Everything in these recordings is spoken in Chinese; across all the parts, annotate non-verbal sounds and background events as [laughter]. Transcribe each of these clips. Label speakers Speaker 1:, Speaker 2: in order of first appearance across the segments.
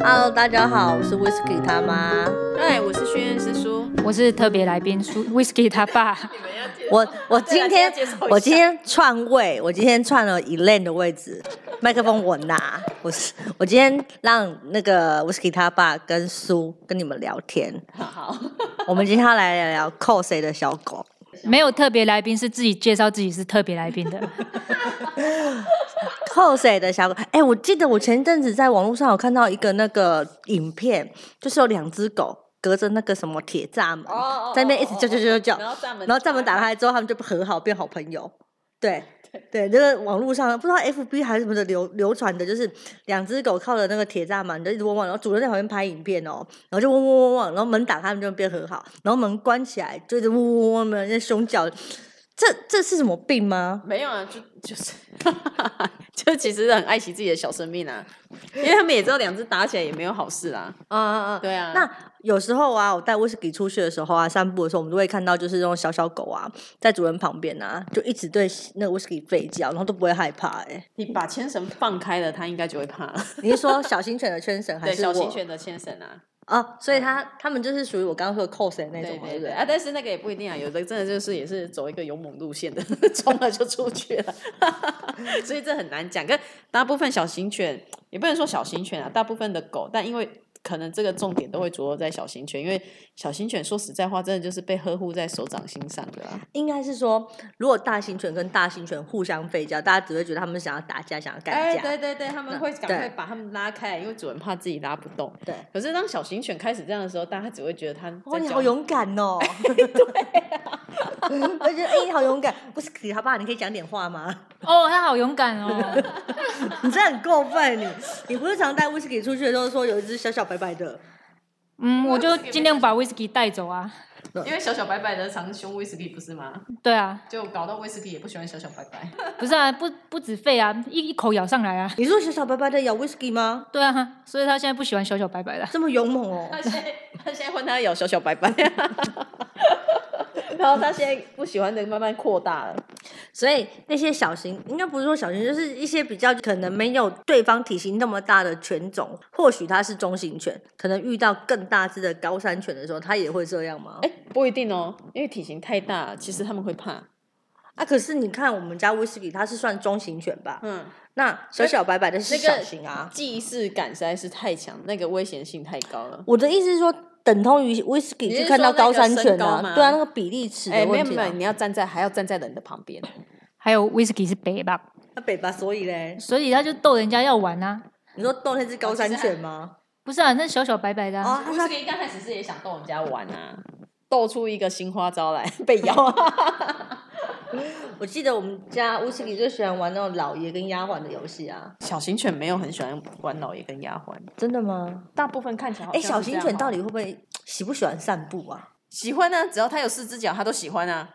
Speaker 1: Hello，大家好，我是 Whisky 他妈。哎
Speaker 2: 嗨，我是训练师叔。
Speaker 3: 我是特别来宾苏 Whisky 他爸，
Speaker 1: 我我今
Speaker 2: [laughs]
Speaker 1: 天
Speaker 2: 介绍一下
Speaker 1: 我今天串位，我今天串了 Elaine 的位置，麦克风我拿。我是我今天让那个 Whisky 他爸跟苏跟你们聊天。
Speaker 2: 好好，
Speaker 1: 我们今天要来聊聊扣谁的小狗。
Speaker 3: 没有特别来宾是自己介绍自己是特别来宾的，
Speaker 1: 扣谁的小狗？哎、我记得我前阵子在网络上有看到一个那个影片，就是有两只狗隔着那个什么铁栅门
Speaker 2: 哦哦
Speaker 1: [laughs] 在那边一直叫叫叫叫叫，
Speaker 2: 然后站门，
Speaker 1: 然后站门打，开之后，他们就和好，变好朋友。对对，就是网络上不知道 FB 还是什么的流流传的，就是两只狗靠着那个铁栅门就一直汪汪，然后主人在旁边拍影片哦，然后就汪汪汪汪，然后门打开，他们就变和好，然后门关起来就一直汪汪汪汪，那胸角，这这是什么病吗？
Speaker 2: 没有啊，就就是，就其实很爱惜自己的小生命啊，因为他们也知道两只打起来也没有好事啦。
Speaker 1: 啊啊啊！
Speaker 2: 对啊，
Speaker 1: 那有时候啊，我带威士忌出去的时候啊，散步的时候，我们都会看到就是那种小小狗啊，在主人旁边啊，就一直对那个威士忌吠叫，然后都不会害怕、欸。
Speaker 2: 你把牵绳放开了，它应该就会怕了。
Speaker 1: [laughs] 你是说小型犬的圈绳还
Speaker 2: 对，
Speaker 1: 是
Speaker 2: 小
Speaker 1: 我？
Speaker 2: 型犬的牵绳啊，
Speaker 1: 哦，所以它它们就是属于我刚刚说的 cos 的那种
Speaker 2: 对
Speaker 1: 嘛，
Speaker 2: 对
Speaker 1: 不哎
Speaker 2: 对啊，但是那个也不一定啊，有的真的就是也是走一个勇猛路线的， [laughs] 冲了就出去了， [laughs] 所以这很难讲。跟大部分小型犬也不能说小型犬啊，大部分的狗，但因为可能这个重点都会着落在小型犬，因为小型犬说实在话，真的就是被呵护在手掌心上的啊。
Speaker 1: 应该是说，如果大型犬跟大型犬互相吠叫，大家只会觉得它们想要打架，想要干架。
Speaker 2: 哎对对，他
Speaker 1: 嗯对
Speaker 2: 把他们拉开，因为主人怕自己拉不动。
Speaker 1: 对
Speaker 2: 可是当小型犬开始这样的时候，大家只会觉得它
Speaker 1: 哦，
Speaker 2: 在
Speaker 1: 你
Speaker 2: 教
Speaker 1: 好勇敢
Speaker 2: [laughs]
Speaker 1: 哦！对、啊， [laughs] 我觉得哎、你好勇敢。不是，你好不好？你可以讲点话吗？ [laughs]
Speaker 3: 哦，他好勇敢哦，
Speaker 1: 你真的很过分，你你不是常带威士忌出去的时候说有一只小小白白的，
Speaker 3: 嗯，我就尽量把 Whisky 带走啊，
Speaker 2: 因为小小白白的常凶威士忌不是吗？
Speaker 3: 对啊，
Speaker 2: 就搞到威士忌也不喜欢小小白白。
Speaker 3: 不是啊，不不止肺啊，一一口咬上来啊，
Speaker 1: 你说小小白白的咬威士忌吗？
Speaker 3: 对啊，所以他现在不喜欢小小白白的，
Speaker 1: 这么勇猛哦！
Speaker 2: 他现在他现在换他咬小小白白，啊然后他现在不喜欢的慢慢扩大了。
Speaker 1: 所以那些小型，应该不是说小型，就是一些比较可能没有对方体型那么大的犬种，或许它是中型犬，可能遇到更大只的高山犬的时候，它也会这样吗？
Speaker 2: 哎、不一定哦，因为体型太大，其实他们会怕。
Speaker 1: 啊，可是你看我们家威士忌，它是算中型犬吧？
Speaker 2: 嗯，
Speaker 1: 那小小白白的是
Speaker 2: 那个
Speaker 1: 小型啊。
Speaker 2: 既视感实在是太强，那个危险性太高了。
Speaker 1: 我的意思是说，等同于威士忌
Speaker 2: 你
Speaker 1: 去
Speaker 2: 是
Speaker 1: 看到
Speaker 2: 说那
Speaker 1: 高
Speaker 2: 个
Speaker 1: 山
Speaker 2: 身
Speaker 1: 犬
Speaker 2: 高
Speaker 1: 啊，
Speaker 2: 吗
Speaker 1: 对啊，那个比例尺
Speaker 2: 哎、
Speaker 1: 的
Speaker 2: 没
Speaker 1: 问
Speaker 2: 有
Speaker 1: 题、
Speaker 2: 没
Speaker 1: 啊。哦
Speaker 2: 有，你要站在还要站在人的旁边。
Speaker 3: 还有 Whisky 是北吧，
Speaker 1: 那北巴，所以嘞，
Speaker 3: 所以他就逗人家要玩啊，
Speaker 1: 你说斗那只
Speaker 2: 哦
Speaker 1: 高山犬吗？
Speaker 3: 不是啊，那小小白白的、啊，
Speaker 1: 哦，
Speaker 2: 威士忌刚开始是也想逗我们家玩啊，逗出一个新花招来， [laughs] 被咬啊。
Speaker 1: [laughs] 我记得我们家乌斯里最喜欢玩那种老爷跟丫鬟的游戏啊。
Speaker 2: 小型犬没有很喜欢玩老爷跟丫鬟，
Speaker 1: 真的吗？
Speaker 2: 大部分看起来好
Speaker 1: 哎、
Speaker 2: 像是
Speaker 1: 小型
Speaker 2: 这样
Speaker 1: 犬
Speaker 2: 哦
Speaker 1: 到底会不会喜不喜欢散步啊？
Speaker 2: 喜欢呢、只要它有四只脚，它都喜欢啊。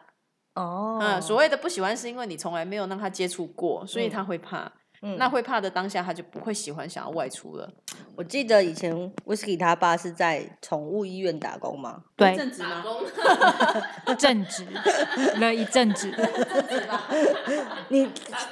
Speaker 1: 哦
Speaker 2: 嗯，所谓的不喜欢，是因为你从来没有让它接触过，所以它会怕。
Speaker 1: 嗯
Speaker 2: 那会怕的当下，它就不会喜欢想要外出了。
Speaker 1: 我记得以前 Whisky 他爸是在宠物医院打工嘛，
Speaker 2: 一
Speaker 3: 对，
Speaker 2: 阵子吗？
Speaker 3: 正直了一阵子，
Speaker 1: 你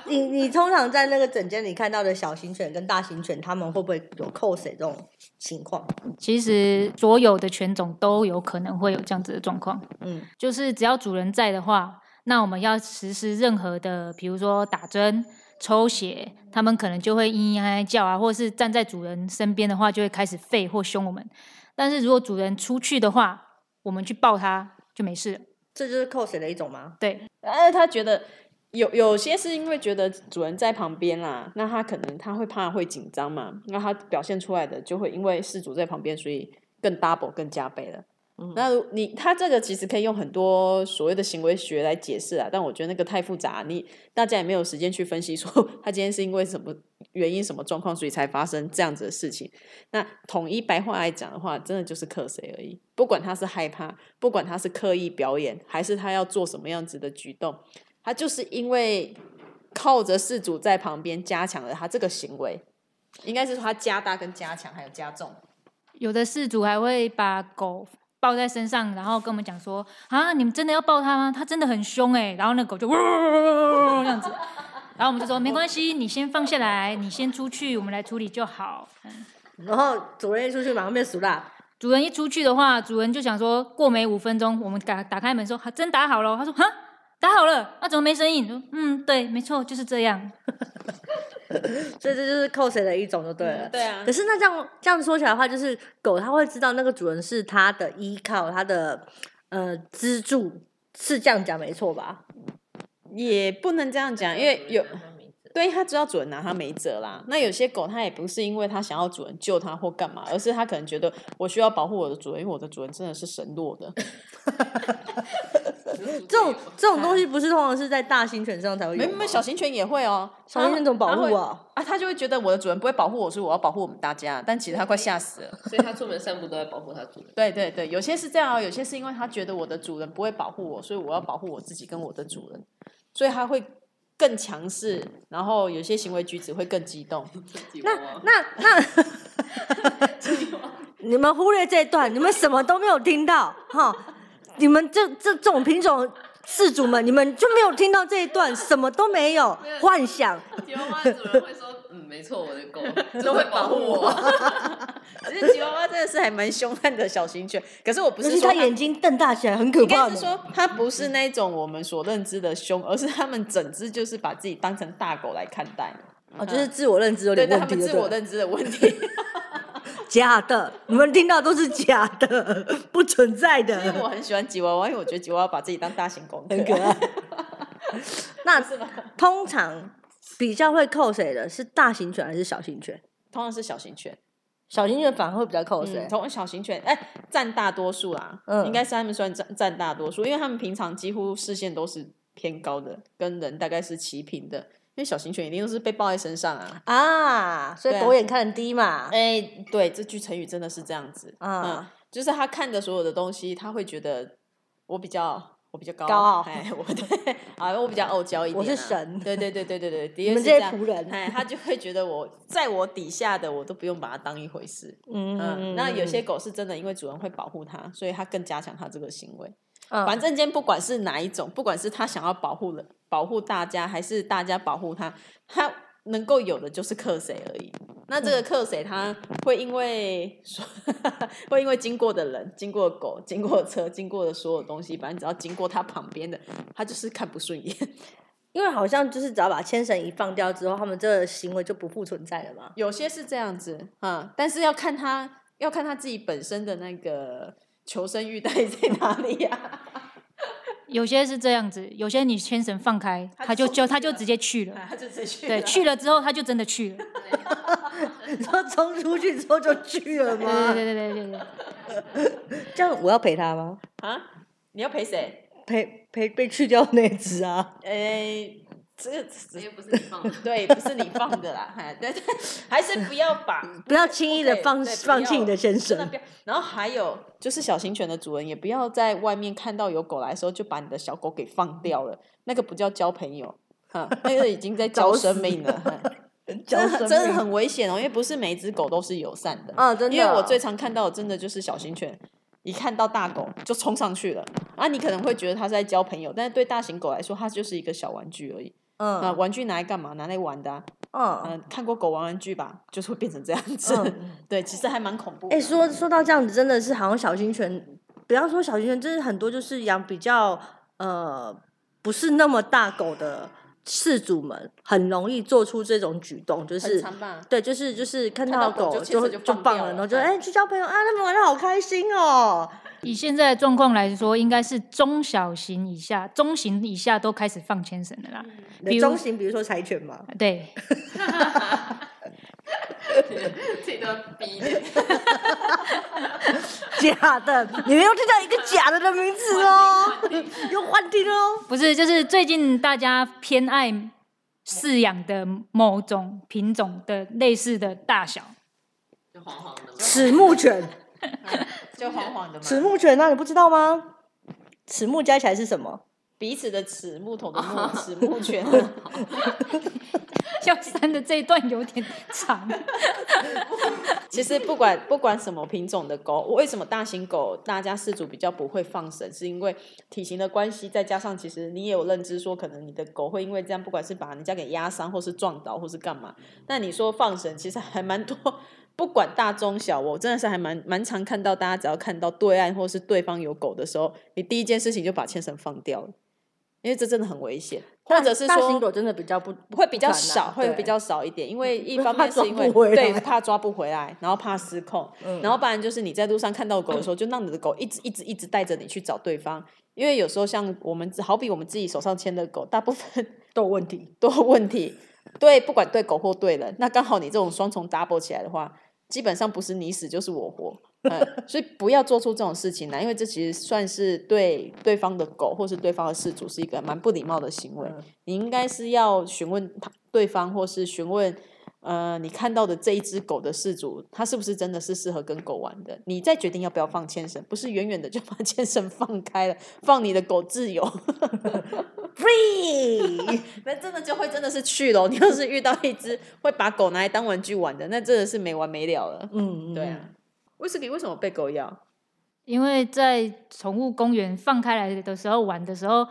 Speaker 1: 你你通常在那个诊间里看到的小型犬跟大型犬，他们会不会有扣水这种情况？
Speaker 3: 其实所有的犬种都有可能会有这样子的状况。
Speaker 1: 嗯，
Speaker 3: 就是只要主人在的话，那我们要实施任何的，比如说打针、抽血，他们可能就会嘤嘤哀哀叫啊，或者是站在主人身边的话，就会开始吠或凶我们。但是如果主人出去的话，我们去抱它就没事了。
Speaker 1: 这就是扣水的一种吗？
Speaker 3: 对，
Speaker 2: 呃，它觉得有有些是因为觉得主人在旁边啦，那它可能它会怕会紧张嘛，那它表现出来的就会因为事主在旁边，所以更 double 更加倍了。那如你它这个其实可以用很多所谓的行为学来解释啊，但我觉得那个太复杂，你大家也没有时间去分析说 [laughs] 它今天是因为什么原因、什么状况，所以才发生这样子的事情。那统一白话来讲的话，真的就是克谁而已。不管他是害怕，不管他是刻意表演，还是他要做什么样子的举动，他就是因为靠着事主在旁边加强了他这个行为，应该是说他加大跟加强还有加重。
Speaker 3: 有的事主还会把狗。抱在身上，然后跟我们讲说啊，你们真的要抱它吗？它真的很凶哎、然后那狗就呜呜呜呜呜这样子，然后我们就说没关系，你先放下来，你先出去，我们来处理就好。嗯
Speaker 1: 然后主人一出去马上变熟啦，
Speaker 3: 主人一出去的话，主人就想说，过没五分钟，我们打打开门说，还真打好了。他说，哈，打好了，啊那、怎么没声音？说嗯，对，没错，就是这样。
Speaker 1: 所以这就是扣谁的一种就对了。
Speaker 2: 对啊
Speaker 1: 可，是那这样这样说起来的话，就是狗它会知道那个主人是它的依靠，它的呃支柱，是这样讲没错吧？
Speaker 2: 也不能这样讲，因为有。对，它知道主人拿它没辙啦。那有些狗它也不是因为它想要主人救它或干嘛，而是它可能觉得我需要保护我的主人，因为我的主人真的是神
Speaker 1: [laughs]
Speaker 2: 弱的。
Speaker 1: 这种这种东西不是通常是在大型犬身上才会有
Speaker 2: 没
Speaker 1: 吗？
Speaker 2: 没，小型犬也会哦，
Speaker 1: 小型犬怎么保
Speaker 2: 它
Speaker 1: 护
Speaker 2: 会
Speaker 1: 啊？
Speaker 2: 啊，它就会觉得我的主人不会保护我，所以我要保护我们大家。但其实它快吓死了。
Speaker 4: 所以它出门散步都在保护它主人。
Speaker 2: 对对对，有些是这样哦，有些是因为它觉得我的主人不会保护我，所以我要保护我自己跟我的主人，所以它会更强势，然后有些行为举止会更激动。
Speaker 1: 那那那，
Speaker 2: [laughs]
Speaker 1: [laughs] 你们忽略这一段，你们什么都没有听到哈。你们这这这种品种饲主们，你们就没有听到这一段，什么都没有，幻想。
Speaker 4: 吉娃娃的主人会说：“嗯，没错，我的
Speaker 2: [laughs]
Speaker 4: 狗 [laughs] 都会保护我。
Speaker 2: 只是吉娃娃真的是还蛮凶悍的小型犬，可是我不
Speaker 1: 尤
Speaker 2: 是
Speaker 1: 其
Speaker 2: 说
Speaker 1: 它
Speaker 2: 它
Speaker 1: 眼睛瞪大起来，很可
Speaker 2: 应该
Speaker 1: 怕
Speaker 2: 是
Speaker 1: 的。
Speaker 2: 说它不是那种我们所认知的凶，而是它们整只就是把自己当成大狗来看待。
Speaker 1: 哦，就是自我认知有
Speaker 2: 对，
Speaker 1: 点
Speaker 2: 但
Speaker 1: 问
Speaker 2: 它
Speaker 1: 题就
Speaker 2: 们自
Speaker 1: 对
Speaker 2: 我
Speaker 1: 了，
Speaker 2: 认知的问题。
Speaker 1: 假的，你们听到都是假的，不存在 [laughs]
Speaker 2: 因为
Speaker 1: 的，
Speaker 2: 我很喜欢吉娃娃，因为我觉得吉娃娃把自己当大型狗
Speaker 1: 很可爱。 [laughs] 那
Speaker 2: 是吗？
Speaker 1: 通常比较会扣谁的是大型犬还是小型犬？
Speaker 2: 通常是小型犬，
Speaker 1: 小型犬反而会比较扣谁
Speaker 2: 嗯，？同小型犬哎占大多数啦，
Speaker 1: 哦嗯
Speaker 2: 应该是他们算占占大多数，因为他们平常几乎视线都是偏高的，跟人大概是齐平的，因为小型犬一定都是被抱在身上啊。
Speaker 1: 啊，所以
Speaker 2: 对啊
Speaker 1: 狗眼看人低嘛。
Speaker 2: 哎、对，这句成语真的是这样子
Speaker 1: 啊
Speaker 2: 嗯，就是他看的所有的东西，他会觉得我比较。我比较高
Speaker 1: 高傲
Speaker 2: 哎，我 [laughs] 对啊，我比较傲娇一点、啊，
Speaker 1: 我是神
Speaker 2: 对对对对对
Speaker 1: [laughs]
Speaker 2: 对，的
Speaker 1: 你
Speaker 2: 确
Speaker 1: 们
Speaker 2: 是
Speaker 1: 这些
Speaker 2: 样
Speaker 1: 仆人
Speaker 2: 哎，他就会觉得我在我底下的我都不用把它当一回事，嗯，那有些狗是真的，因为主人会保护它，所以它更加强它这个行为。
Speaker 1: 嗯
Speaker 2: 反正今天不管是哪一种，不管是它想要保护了保护大家，还是大家保护它，它能够有的就是克谁而已。那这个克谁，它会因为说 [laughs] 会因为经过的人、经过的狗、经过的车、经过的所有东西，反正只要经过它旁边的，它就是看不顺眼。
Speaker 1: 因为好像就是只要把牵绳一放掉之后，他们这个行为就不复存在了嘛。 [laughs]
Speaker 2: 有些是这样子啊、但是要看它要看它自己本身的那个求生欲 [laughs] 到底在哪里呀、
Speaker 3: 有些是这样子，有些你牵绳放开，
Speaker 2: 它
Speaker 3: 它
Speaker 2: 就
Speaker 3: 就
Speaker 2: 冲
Speaker 3: 就它
Speaker 2: 去了
Speaker 3: 就直接去
Speaker 2: [laughs]
Speaker 3: 了。
Speaker 2: 啊他就直接去
Speaker 3: 对，
Speaker 2: 了
Speaker 3: 去了之后它就真
Speaker 2: [laughs]
Speaker 3: 的去了。
Speaker 1: 然后冲出去之后就去了
Speaker 3: 对对对
Speaker 1: 吗？
Speaker 3: 对对对对，
Speaker 1: 这样我要陪他吗？
Speaker 2: 啊！你要陪谁？
Speaker 1: 陪陪被去掉那只啊？
Speaker 2: 诶、呃这个”
Speaker 4: 这又不是你放的，
Speaker 2: 对，不是你放的啦，哎，对对， [laughs] 还是不要把
Speaker 1: [laughs] 不要轻易的
Speaker 2: 对
Speaker 1: 放
Speaker 2: 对不
Speaker 1: 放弃
Speaker 2: 要
Speaker 1: 你的先
Speaker 2: [laughs] 真的
Speaker 1: 生
Speaker 2: 不。要。然后还有就是小型犬的主人也不要在外面看到有狗来的时候就把你的小狗给放掉了，那个不叫交朋友，哈，那个已经 [laughs] 在
Speaker 1: 找
Speaker 2: 交
Speaker 1: 死
Speaker 2: 生命了，哈
Speaker 1: 交
Speaker 2: 真
Speaker 1: 生
Speaker 2: 的真的
Speaker 1: 命
Speaker 2: 很危险哦，因为不是每一只狗都是友善的。
Speaker 1: 啊，真的。
Speaker 2: 因为我最常看到的真的就是小型犬，一看到大狗就冲上去了。啊，你可能会觉得它是在交朋友，但是对大型狗来说，它就是一个小玩具而已。啊，
Speaker 1: 嗯
Speaker 2: 玩具拿来干嘛？拿来玩的、啊。嗯、
Speaker 1: 嗯
Speaker 2: 看过狗玩玩具吧，就是会变成这样子。
Speaker 1: 嗯，
Speaker 2: [laughs] 对，其实还蛮恐怖的。
Speaker 1: 哎，说说到这样子，真的是好像小型犬，不要说小型犬，真的很多就是养比较呃不是那么大狗的饲主们，很容易做出这种举动，就
Speaker 2: 很
Speaker 1: 是
Speaker 2: 长吧？
Speaker 1: 对，就是就是看
Speaker 2: 看
Speaker 1: 到
Speaker 2: 到狗
Speaker 1: 狗
Speaker 2: 就牵
Speaker 1: 就
Speaker 2: 着
Speaker 1: 就
Speaker 2: 就
Speaker 1: 就
Speaker 2: 放
Speaker 1: 放
Speaker 2: 掉
Speaker 1: 了，
Speaker 2: 了
Speaker 1: 然后就
Speaker 2: 嗯
Speaker 1: 哎、去交朋友啊，他们玩的好开心哦。
Speaker 3: 以现在的状况来说，应该是中小型以下、中型以下都开始放牵绳的啦。
Speaker 2: 嗯
Speaker 3: 比
Speaker 1: 你
Speaker 3: 如
Speaker 1: 中型比如说柴犬嘛，
Speaker 3: 对，
Speaker 4: 自己都要逼的。
Speaker 1: [laughs] 假的，你们又听到一个假的的名字哦，又幻听哦。
Speaker 3: 不是，就是最近大家偏爱饲养的某种品种的类似的大小，
Speaker 4: 就黄黄的嘛。
Speaker 1: 齿木犬，
Speaker 2: 就黄黄的
Speaker 1: 齿
Speaker 2: 嘛，
Speaker 1: 木犬，那你不知道吗？齿木加起来是什么？
Speaker 2: 彼此的齿，木头的木，齿
Speaker 1: [laughs]
Speaker 2: 木犬啊。
Speaker 3: 小三的这一段有点长。 [laughs]
Speaker 2: 其实不管不管什么品种的狗，为什么大型狗大家饲主比较不会放绳，是因为体型的关系，再加上其实你也有认知说，可能你的狗会因为这样，不管是把人家给压伤，或是撞倒，或是干嘛。那你说放绳，其实还蛮多。不管大中小，我真的是还蛮蛮常看到大家只要看到对岸或是对方有狗的时候，你第一件事情就把牵绳放掉了，因为这真的很危险，或者是
Speaker 1: 大型
Speaker 2: 说
Speaker 1: 狗真的比较不
Speaker 2: [laughs]
Speaker 1: 啊
Speaker 2: 会比较少，会
Speaker 1: 对
Speaker 2: 比较少一点，因为一
Speaker 1: 因为
Speaker 2: 方
Speaker 1: 怕
Speaker 2: 面是
Speaker 1: 抓
Speaker 2: 因
Speaker 1: 不
Speaker 2: 为
Speaker 1: 回
Speaker 2: 对
Speaker 1: 来嗯
Speaker 2: 怕抓不回来，然后怕失控，然后不然就是你在路上看到狗的时候，就让你的狗一直一直一直带着你去找对方，因为有时候像我们好比我们自己手上牵的狗，大
Speaker 1: [laughs]
Speaker 2: 部分
Speaker 1: 都有问题。
Speaker 2: 多问题。对，不管对狗或对人，那刚好你这种双重 double 起来的话，基本上不是你死就是我活，
Speaker 1: [laughs]
Speaker 2: 嗯所以不要做出这种事情来，因为这其实算是对对方的狗或是对方的事主是一个蛮不礼貌的行为。
Speaker 1: 嗯
Speaker 2: 你应该是要询问他对方，或是询问呃你看到的这一只狗的事主，它是不是真的是适合跟狗玩的？你再决定要不要放牵绳，不是远远的就把牵绳放开了，放你的狗自由。 [laughs]
Speaker 1: Free，
Speaker 2: 那真的就会真的是去了。你要是遇到一只会把狗拿来当玩具玩的，那真的是没完没了了。
Speaker 1: 嗯，
Speaker 2: 对啊，威士忌为什么被狗咬？
Speaker 3: 因为在宠物公园放开来的时候玩的时候，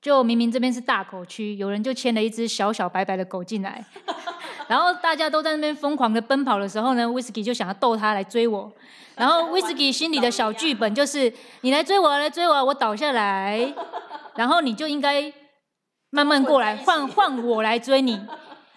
Speaker 3: 就明明这边是大狗区，有人就牵了一只小小白白的狗进来， [laughs] 然后大家都在那边疯狂的奔跑的时候呢，威士忌就想要逗它来追我，然后 [laughs] 威士忌心里的小剧本就是你来追我，来追我，我倒下 [laughs] 来，然后你就应该慢慢过来，换换我来追 [laughs] 你。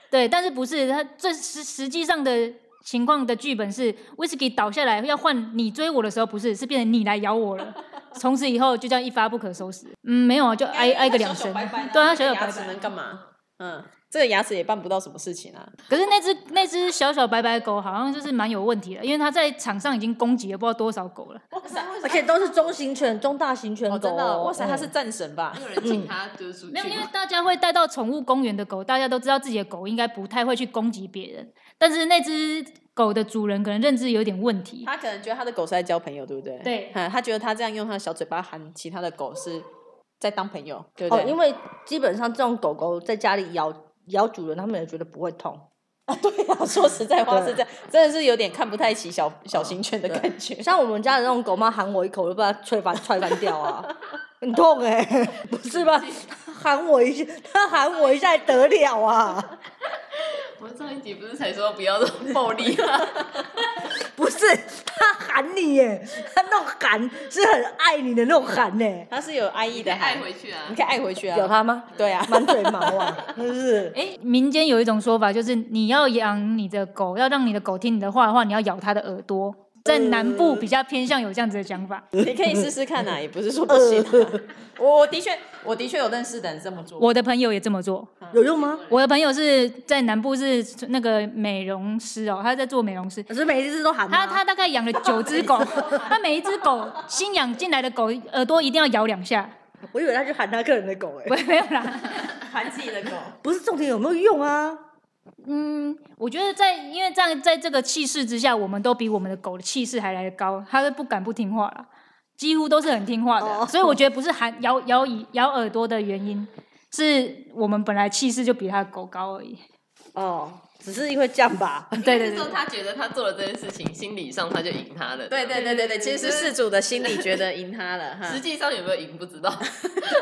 Speaker 3: 对，但是不是他这实实际上的情况的剧本是威士忌倒下来要换你追我的时候，不是是变成你来咬我了。从此以后就这样一发不可收拾。嗯，没有啊，就挨挨个两声。对啊，小小白
Speaker 2: 牙齿
Speaker 3: 白。
Speaker 2: 能干嘛？嗯，这个牙齿也办不到什么事情啊。
Speaker 3: 可是那只那只小小白白的狗好像就是蛮有问题的，因为它在场上已经攻击了不知道多少狗了。
Speaker 2: 哇塞，
Speaker 1: 而且都是中型犬、中大型犬狗
Speaker 2: 哦，
Speaker 1: 哦。
Speaker 2: 真的，哇塞，
Speaker 1: 嗯
Speaker 2: 它是战神吧
Speaker 4: 没？有人请他就是出去
Speaker 3: 没有，因为
Speaker 4: 吗，
Speaker 3: 大家会带到宠物公园的狗，大家都知道自己的狗应该不太会去攻击别人，但是那只狗的主人可能认知有点问题，
Speaker 2: 他可能觉得他的狗是在交朋友，对不对？
Speaker 3: 对
Speaker 2: 嗯，他觉得他这样用他的小嘴巴喊其他的狗是在当朋友，对不
Speaker 1: 哦，
Speaker 2: 对？
Speaker 1: 因为基本上这种狗狗在家里咬咬主人，他们也觉得不会痛。
Speaker 2: [laughs] 为啊说实在话
Speaker 1: 对
Speaker 2: 是这样，真的是有点看不太起小小型犬的
Speaker 1: 对
Speaker 2: 感觉。
Speaker 1: 像我们家的那种狗妈喊我一口，我就把它踹 [laughs] 翻踹翻掉啊，很痛哎、 [laughs] 不是
Speaker 2: [laughs]
Speaker 1: 吧？它喊我一下，它喊我一下还得了啊？
Speaker 4: 我们上一集不是才说不要这种暴力吗？
Speaker 2: [laughs]
Speaker 1: 不是，它喊你耶、它那种喊是很爱你的那种喊呢、
Speaker 2: 它是有爱意的
Speaker 4: 爱
Speaker 2: 喊，
Speaker 4: 回去啊
Speaker 2: 你！可以爱回去啊。
Speaker 1: 有它吗？
Speaker 2: 对 [laughs] 啊，
Speaker 1: 满嘴毛啊， [laughs] 是不是？
Speaker 3: 诶，民间有一种说法，就是你要养你的狗，要让你的狗听你的话的话，你要咬它的耳朵。在南部比较偏向有这样子的讲法，
Speaker 2: 你可以试试看 [laughs] 啊，也不是说不行、 [laughs] 啊。我我的确，我的确有认识的人这么做。
Speaker 3: 我的朋友也这么做。
Speaker 1: 有用吗？
Speaker 3: 我的朋友是在南部是那个美容师哦，他在做美容师，
Speaker 1: 可是每一次都喊
Speaker 3: 他
Speaker 1: 吗
Speaker 3: 他大概养了九只狗，他每一只狗新养进来的狗耳朵一定要咬两下，
Speaker 1: 我以为他去喊他客人的狗哎、
Speaker 3: 不没有啦。
Speaker 2: 盘自己的狗，
Speaker 1: 不是重点有没有用啊？
Speaker 3: 嗯，我觉得在因为在在这个气势之下，我们都比我们的狗的气势还来得高，它都不敢不听话了，几乎都是很听话的，
Speaker 1: 哦
Speaker 3: 所以我觉得不是喊咬咬耳咬耳朵的原因，是我们本来气势就比它的狗高而已。
Speaker 1: 哦，只是因为这样吧。
Speaker 3: 对对
Speaker 4: 是
Speaker 3: 对
Speaker 4: 说，他觉得他做了这件事情，心理上他就赢他了。
Speaker 2: 对对对对对，其实是事主的心里觉得赢他了哈
Speaker 4: 实。际上有没有赢不知道。
Speaker 1: [laughs]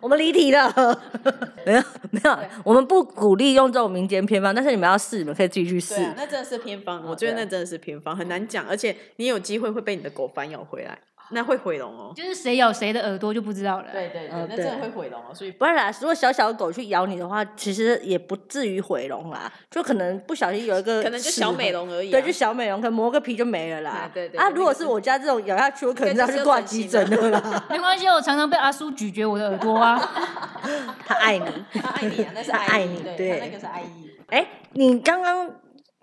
Speaker 1: 我们离题了， [laughs] 没有没有，啊我们不鼓励用这种民间偏方，但是你们要试，你们可以自己去试
Speaker 2: 对、。啊，那真的是偏方，我觉啊得那真的是偏方，很难讲，而且你有机会会被你的狗反咬回来，那会毁容哦。
Speaker 3: 就是谁咬谁的耳朵就不知道了。
Speaker 2: 对对
Speaker 1: 嗯，
Speaker 2: 呃对那真的
Speaker 1: 对
Speaker 2: 会毁容哦，所以
Speaker 1: 不然啦，如果小小的狗去咬你的话，其实也不至于毁容啦，就可能不小心有一个
Speaker 2: [laughs] 可能就
Speaker 1: 齿
Speaker 2: 小
Speaker 1: 痕
Speaker 2: 美。容而已、啊。
Speaker 4: [laughs]
Speaker 1: 对，就小美容，可能磨个皮就没了啦
Speaker 2: 啊。对对
Speaker 1: 啊，
Speaker 2: 对
Speaker 1: 如果是我家这种咬下去，我可能
Speaker 2: 那
Speaker 1: 要
Speaker 2: 个是
Speaker 1: 去挂急诊了啦。
Speaker 3: 没关系，哦我常常被阿叔咀嚼我的耳朵啊。
Speaker 1: 他爱你。
Speaker 2: [laughs] 他 [laughs] 爱你啊，那是
Speaker 1: 他爱
Speaker 2: 意
Speaker 1: 你
Speaker 2: 对，他
Speaker 1: 对
Speaker 2: 那个是爱意。
Speaker 1: 哎，你刚刚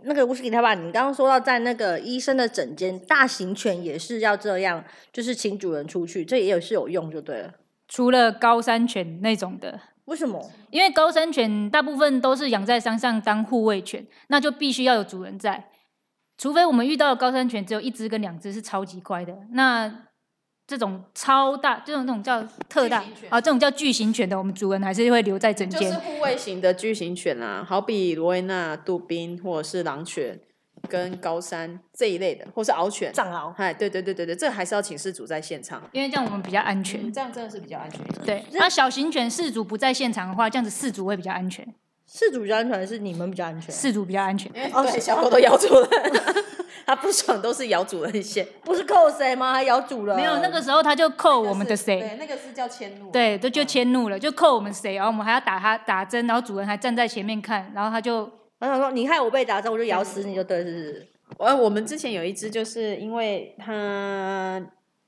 Speaker 1: 那个乌斯给他爸，你刚刚说到在那个医生的诊间，大型犬也是要这样，就是请主人出去，这也是有用就对了。
Speaker 3: 除了高山犬那种的，
Speaker 1: 为什么？
Speaker 3: 因为高山犬大部分都是养在山上当护卫犬，那就必须要有主人在。除非我们遇到的高山犬只有一只跟两只是超级乖的，那这种超大，这种这种叫特大
Speaker 4: 巨型犬
Speaker 3: 啊，这种叫巨型犬的，我们主人还是会留在整
Speaker 2: 就是
Speaker 3: 间。
Speaker 2: 护卫型的巨型犬啦、好比罗威纳、杜宾或者是狼犬跟高山这一类的，或是獒犬。
Speaker 1: 藏獒。
Speaker 2: 哎，对对对对对，这个还是要请事主在现场，啊
Speaker 3: 因为这样我们比较安
Speaker 2: 嗯
Speaker 3: 全。啊
Speaker 2: 这样真的是比较安全一点。
Speaker 3: 对，那小型犬饲主不在现场的话，这样子饲主会比较安全。
Speaker 1: 事主比较安全，还是你们比较安全？
Speaker 3: 饲主比较安全。
Speaker 2: 因为
Speaker 1: 哦
Speaker 2: 对
Speaker 1: 是
Speaker 2: 小狗都咬主人， [laughs] 它不爽都是咬主人先。
Speaker 1: 不是扣谁吗？还咬主人？
Speaker 3: 没有那个时候他就扣我们的谁，
Speaker 2: 对，那个是叫迁怒。
Speaker 3: 对，都就迁怒了，就扣我们谁，然后我们还要打他打针，然后主人还站在前面看，然后他就
Speaker 1: 我想说，你害我被打针，我就咬死你就对，是不是？
Speaker 2: 呃，我们之前有一只，就是因为它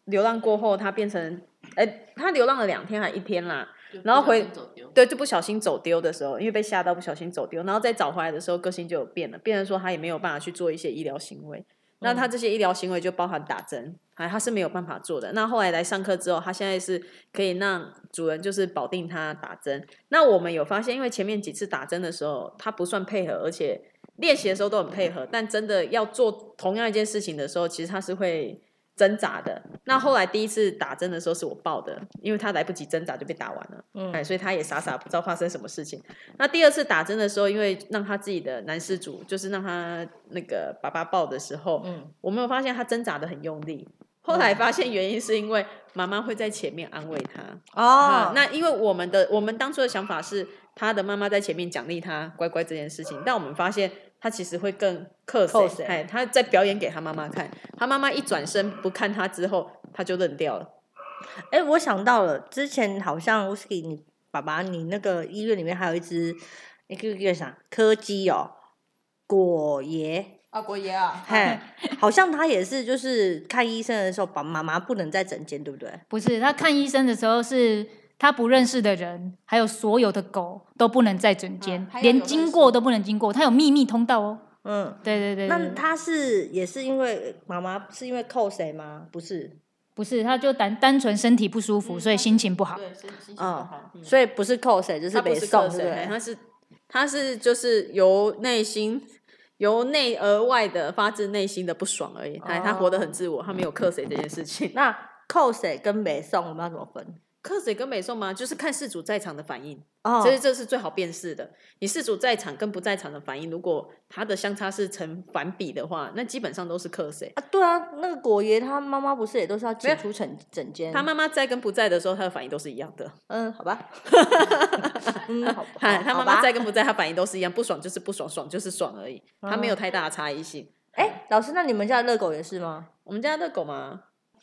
Speaker 2: 流浪过后，它变成，哎、它流浪了两天还一天啦，然后回
Speaker 4: 走丢，
Speaker 2: 对，就不小心走丢的时候，因为被吓到不小心走丢，然后再找回来的时候，个性就有变了，变成说它也没有办法去做一些医疗行为。那它这些医疗行为就包含打针，哎，它是没有办法做的。那后来来上课之后，它现在是可以让主人就是保定它打针。那我们有发现，因为前面几次打针的时候，它不算配合，而且练习的时候都很配合，但真的要做同样一件事情的时候，其实它是会挣扎的。那后来第一次打针的时候是我抱的，因为它来不及挣扎就被打完了。
Speaker 1: 嗯
Speaker 2: 哎，所以他也傻傻不知道发生什么事情。那第二次打针的时候，因为让他自己的男事主，就是让他那个爸爸抱的时候，
Speaker 1: 嗯，
Speaker 2: 我没有发现他挣扎的很用力。后来发现原因是因为妈妈会在前面安慰他。
Speaker 1: 哦
Speaker 2: 啊，，那因为我们的我们当初的想法是，他的妈妈在前面奖励他乖乖这件事情，但我们发现他其实会更克
Speaker 1: 克
Speaker 2: 谁
Speaker 1: 谁，
Speaker 2: 哎，他在表演给他妈妈看，他妈妈一转身不看他之后，他就愣掉了。
Speaker 1: 哎、我想到了，之前好像 Whisky 你爸爸你那个医院里面还有一只，那个叫啥柯基哦，果爷，
Speaker 2: 哦
Speaker 4: 啊，国爷啊，
Speaker 2: [laughs]
Speaker 1: 嘿，好像他也是，就是看医生的时候，爸妈妈不能在诊间，对不对？
Speaker 3: 不是他看医生的时候是。他不认识的人，还有所有的狗都不能在整间，
Speaker 4: 啊还有有
Speaker 3: 连
Speaker 4: 认
Speaker 3: 经
Speaker 4: 识
Speaker 3: 过都不能经过。他有秘密通道哦。
Speaker 1: 嗯，
Speaker 3: 对对对对
Speaker 1: 那
Speaker 3: 对
Speaker 1: 他是也是因为妈妈是因为扣谁吗？不是，
Speaker 3: 不是，他就单单纯身体不舒
Speaker 4: 嗯
Speaker 3: 服，所以心情不好。
Speaker 4: 对，心情不
Speaker 1: 嗯
Speaker 4: 好，，
Speaker 1: 所以不是扣谁，就是
Speaker 2: 他不
Speaker 1: 北
Speaker 2: 是
Speaker 1: 宋，
Speaker 2: 克
Speaker 1: 对不
Speaker 2: 谁，嗯嘿
Speaker 1: 对？
Speaker 2: 他是他是就是由内心由内而外的发自内心的不爽而已。哎、他活得很自我，他没有克谁这件事情。那
Speaker 1: 那扣谁跟北宋我们要怎么分？
Speaker 2: 克谁跟美颂吗？就是看事主在场的反应，
Speaker 1: 哦
Speaker 2: 其实这是最好辨识的。你事主在场跟不在场的反应，如果他的相差是成反比的话，那基本上都是欸克谁。
Speaker 1: 啊，对啊，那个果爷他妈妈不是也都是要
Speaker 2: 没
Speaker 1: 解
Speaker 2: 有
Speaker 1: 除整整间？
Speaker 2: 他妈妈在跟不在的时候，他的反应都是一样的。
Speaker 1: 嗯，好吧， [laughs] 嗯， [laughs] 好吧，
Speaker 2: 哎， [laughs] 他
Speaker 1: 好
Speaker 2: 妈
Speaker 1: 吧
Speaker 2: 妈在。跟不在，他反应都是一样，不爽就是不爽，爽就是爽而已，
Speaker 1: 嗯
Speaker 2: 他没有太大的差异性。
Speaker 1: 哎、老师，那你们家的热狗也是吗？
Speaker 2: 我们家的狗嘛，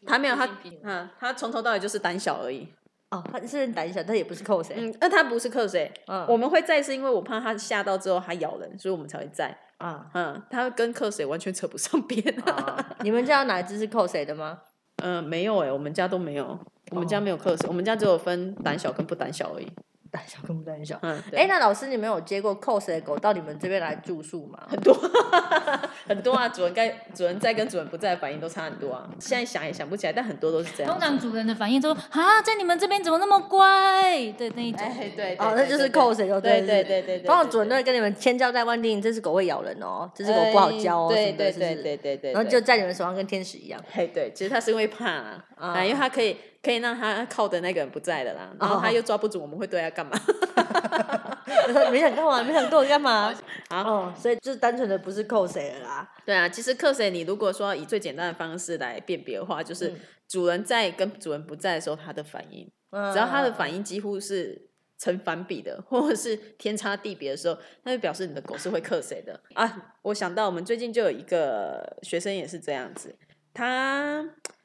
Speaker 2: 它没有它
Speaker 4: 性品，
Speaker 2: 嗯，它从头到尾就是胆小而已。
Speaker 1: 哦，它是胆小，但也不是扣谁。
Speaker 2: 嗯，那它不是克谁？
Speaker 1: 嗯，
Speaker 2: 我们会在是因为我怕它吓到之后它咬人，所以我们才会在。。
Speaker 1: 啊
Speaker 2: 嗯，它跟克谁完全扯不上 [laughs] 边。
Speaker 1: 啊你们家有哪一只是扣谁的吗？
Speaker 2: 嗯，没有哎、我们家都没有，我们家
Speaker 1: 哦
Speaker 2: 没有克谁，我们家只有分胆小跟不胆小而已。
Speaker 1: [laughs] 胆小跟不胆小。
Speaker 2: 嗯，对
Speaker 1: 哎、那老师，你们有接过扣谁的狗到你们这边来住宿 [laughs] 吗？
Speaker 2: 很多很多啊，主人该主人在跟主人不在的反应都差很多啊。现在想也想不起来，但很多都是这样
Speaker 3: 通。常主人的反应都说啊，在你们这边怎么那么乖的那一种。
Speaker 2: 哎，对，
Speaker 1: 哦，
Speaker 2: 对
Speaker 1: 那
Speaker 2: 对
Speaker 1: 就是
Speaker 2: 对
Speaker 1: 扣谁就
Speaker 2: 对
Speaker 1: 了是不是
Speaker 2: 对对对对。
Speaker 1: 通常
Speaker 2: 对
Speaker 1: 主人都
Speaker 2: 对
Speaker 1: 会跟你们千交代万叮，这只狗会咬人哦，这只狗不好教哦，
Speaker 2: 对
Speaker 1: 什么的
Speaker 2: 哎对
Speaker 1: 是不是
Speaker 2: 对对对对，
Speaker 1: 然后
Speaker 2: 对
Speaker 1: 就在你们手上跟天使一样。 [laughs]
Speaker 2: 嘿，对，其实他是因为怕啦，
Speaker 1: 啊
Speaker 2: 啊，因为他可以可以让他靠的那个人不在了啦，然
Speaker 1: 哦
Speaker 2: 后他又抓不住我们会对他干嘛？
Speaker 1: 没想干嘛？没想跟我干嘛？
Speaker 2: 好
Speaker 1: 哦，所以就是单纯的不是扣谁了啦。
Speaker 2: [laughs] 对啊，其实克谁，你如果说以最简单的方式来辨别的话，就是
Speaker 1: 嗯
Speaker 2: 主人在跟主人不在的时候他的反应，只
Speaker 1: 只
Speaker 2: 要他的
Speaker 1: 应，
Speaker 2: 反应几乎是。成反比的，或者是天差地别的时候，那就表示你的狗是会克谁的啊！我想到我们最近就有一个学生也是这样子，他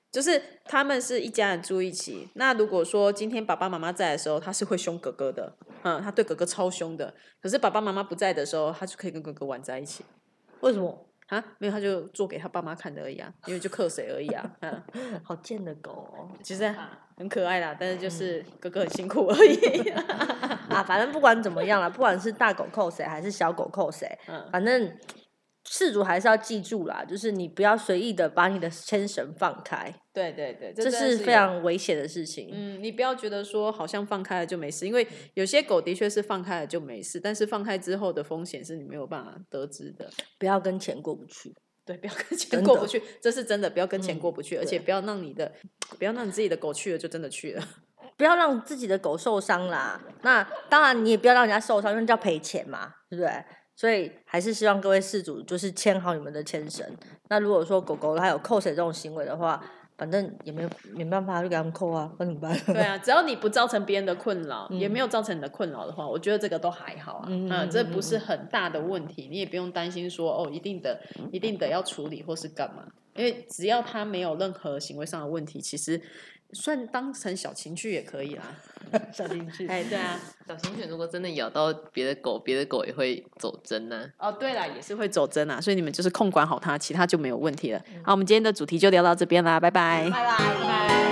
Speaker 2: 就是他们是一家人住一起。那如果说今天爸爸妈妈在的时候，他是会凶哥哥的，嗯，他对哥哥超凶的。可是爸爸妈妈不在的时候，他就可以跟哥哥玩在一起
Speaker 1: 为什么？ [laughs]
Speaker 2: 啊，没有他就做给他爸妈看的而已啊，因为就克谁而已啊，嗯，
Speaker 1: 好贱的狗哦！
Speaker 2: 其实很可爱啦，但是就是哥哥很辛苦而已， [laughs]
Speaker 1: 啊，反正不管怎么样啦，不管是大狗扣谁还是小狗扣谁，
Speaker 2: 嗯，
Speaker 1: 反正事主还是要记住啦，就是你不要随意的把你的牵绳放开，
Speaker 2: 对对对，
Speaker 1: 这
Speaker 2: 真的
Speaker 1: 是
Speaker 2: 有
Speaker 1: 非。常危险的事情。
Speaker 2: 嗯，你不要觉得说好像放开了就没事，因为有些狗的确是放开了就没事，但是放开之后的风险是你没有办法得知的。
Speaker 1: 不要跟钱过不去。
Speaker 2: 对，不要跟钱
Speaker 1: 真
Speaker 2: 过
Speaker 1: 的
Speaker 2: 不去，这是真的，不要跟钱
Speaker 1: 嗯
Speaker 2: 过不去，而且
Speaker 1: 对
Speaker 2: 不要让你的，不要让你自己的狗去了就真的去了。
Speaker 1: 不要让自己的狗受伤啦。那当然，你也不要让人家受伤，因为叫赔钱嘛，对不对？所以还是希望各位饲主就是牵好你们的牵绳。那如果说狗狗它有扣水这种行为的话，反正也没没办法，就给他们扣啊，那怎么办？ [laughs]
Speaker 2: [laughs] 对啊，只要你不造成别人的困扰，也
Speaker 1: 嗯
Speaker 2: 没有造成你的困扰的话，我觉得这个都还好啊，
Speaker 1: 嗯嗯
Speaker 2: 嗯，这不是
Speaker 1: 嗯嗯
Speaker 2: 很大的问题，你也不用担心说哦，一定的、一定的要处理或是干嘛，因为只要他没有任何行为上的问题，其实算当成小情绪也可以啦。
Speaker 1: 小情绪。
Speaker 2: 哎，对啊，
Speaker 4: 小型犬如果真的咬到别的狗，别的狗也会走针啊呐、
Speaker 2: [laughs] 哦，对啦，也是会走针啊，所以你们嗯就是控管好它，其他就没有问题了。好，我们今天的主题就聊到这边啦，拜拜
Speaker 4: 拜拜。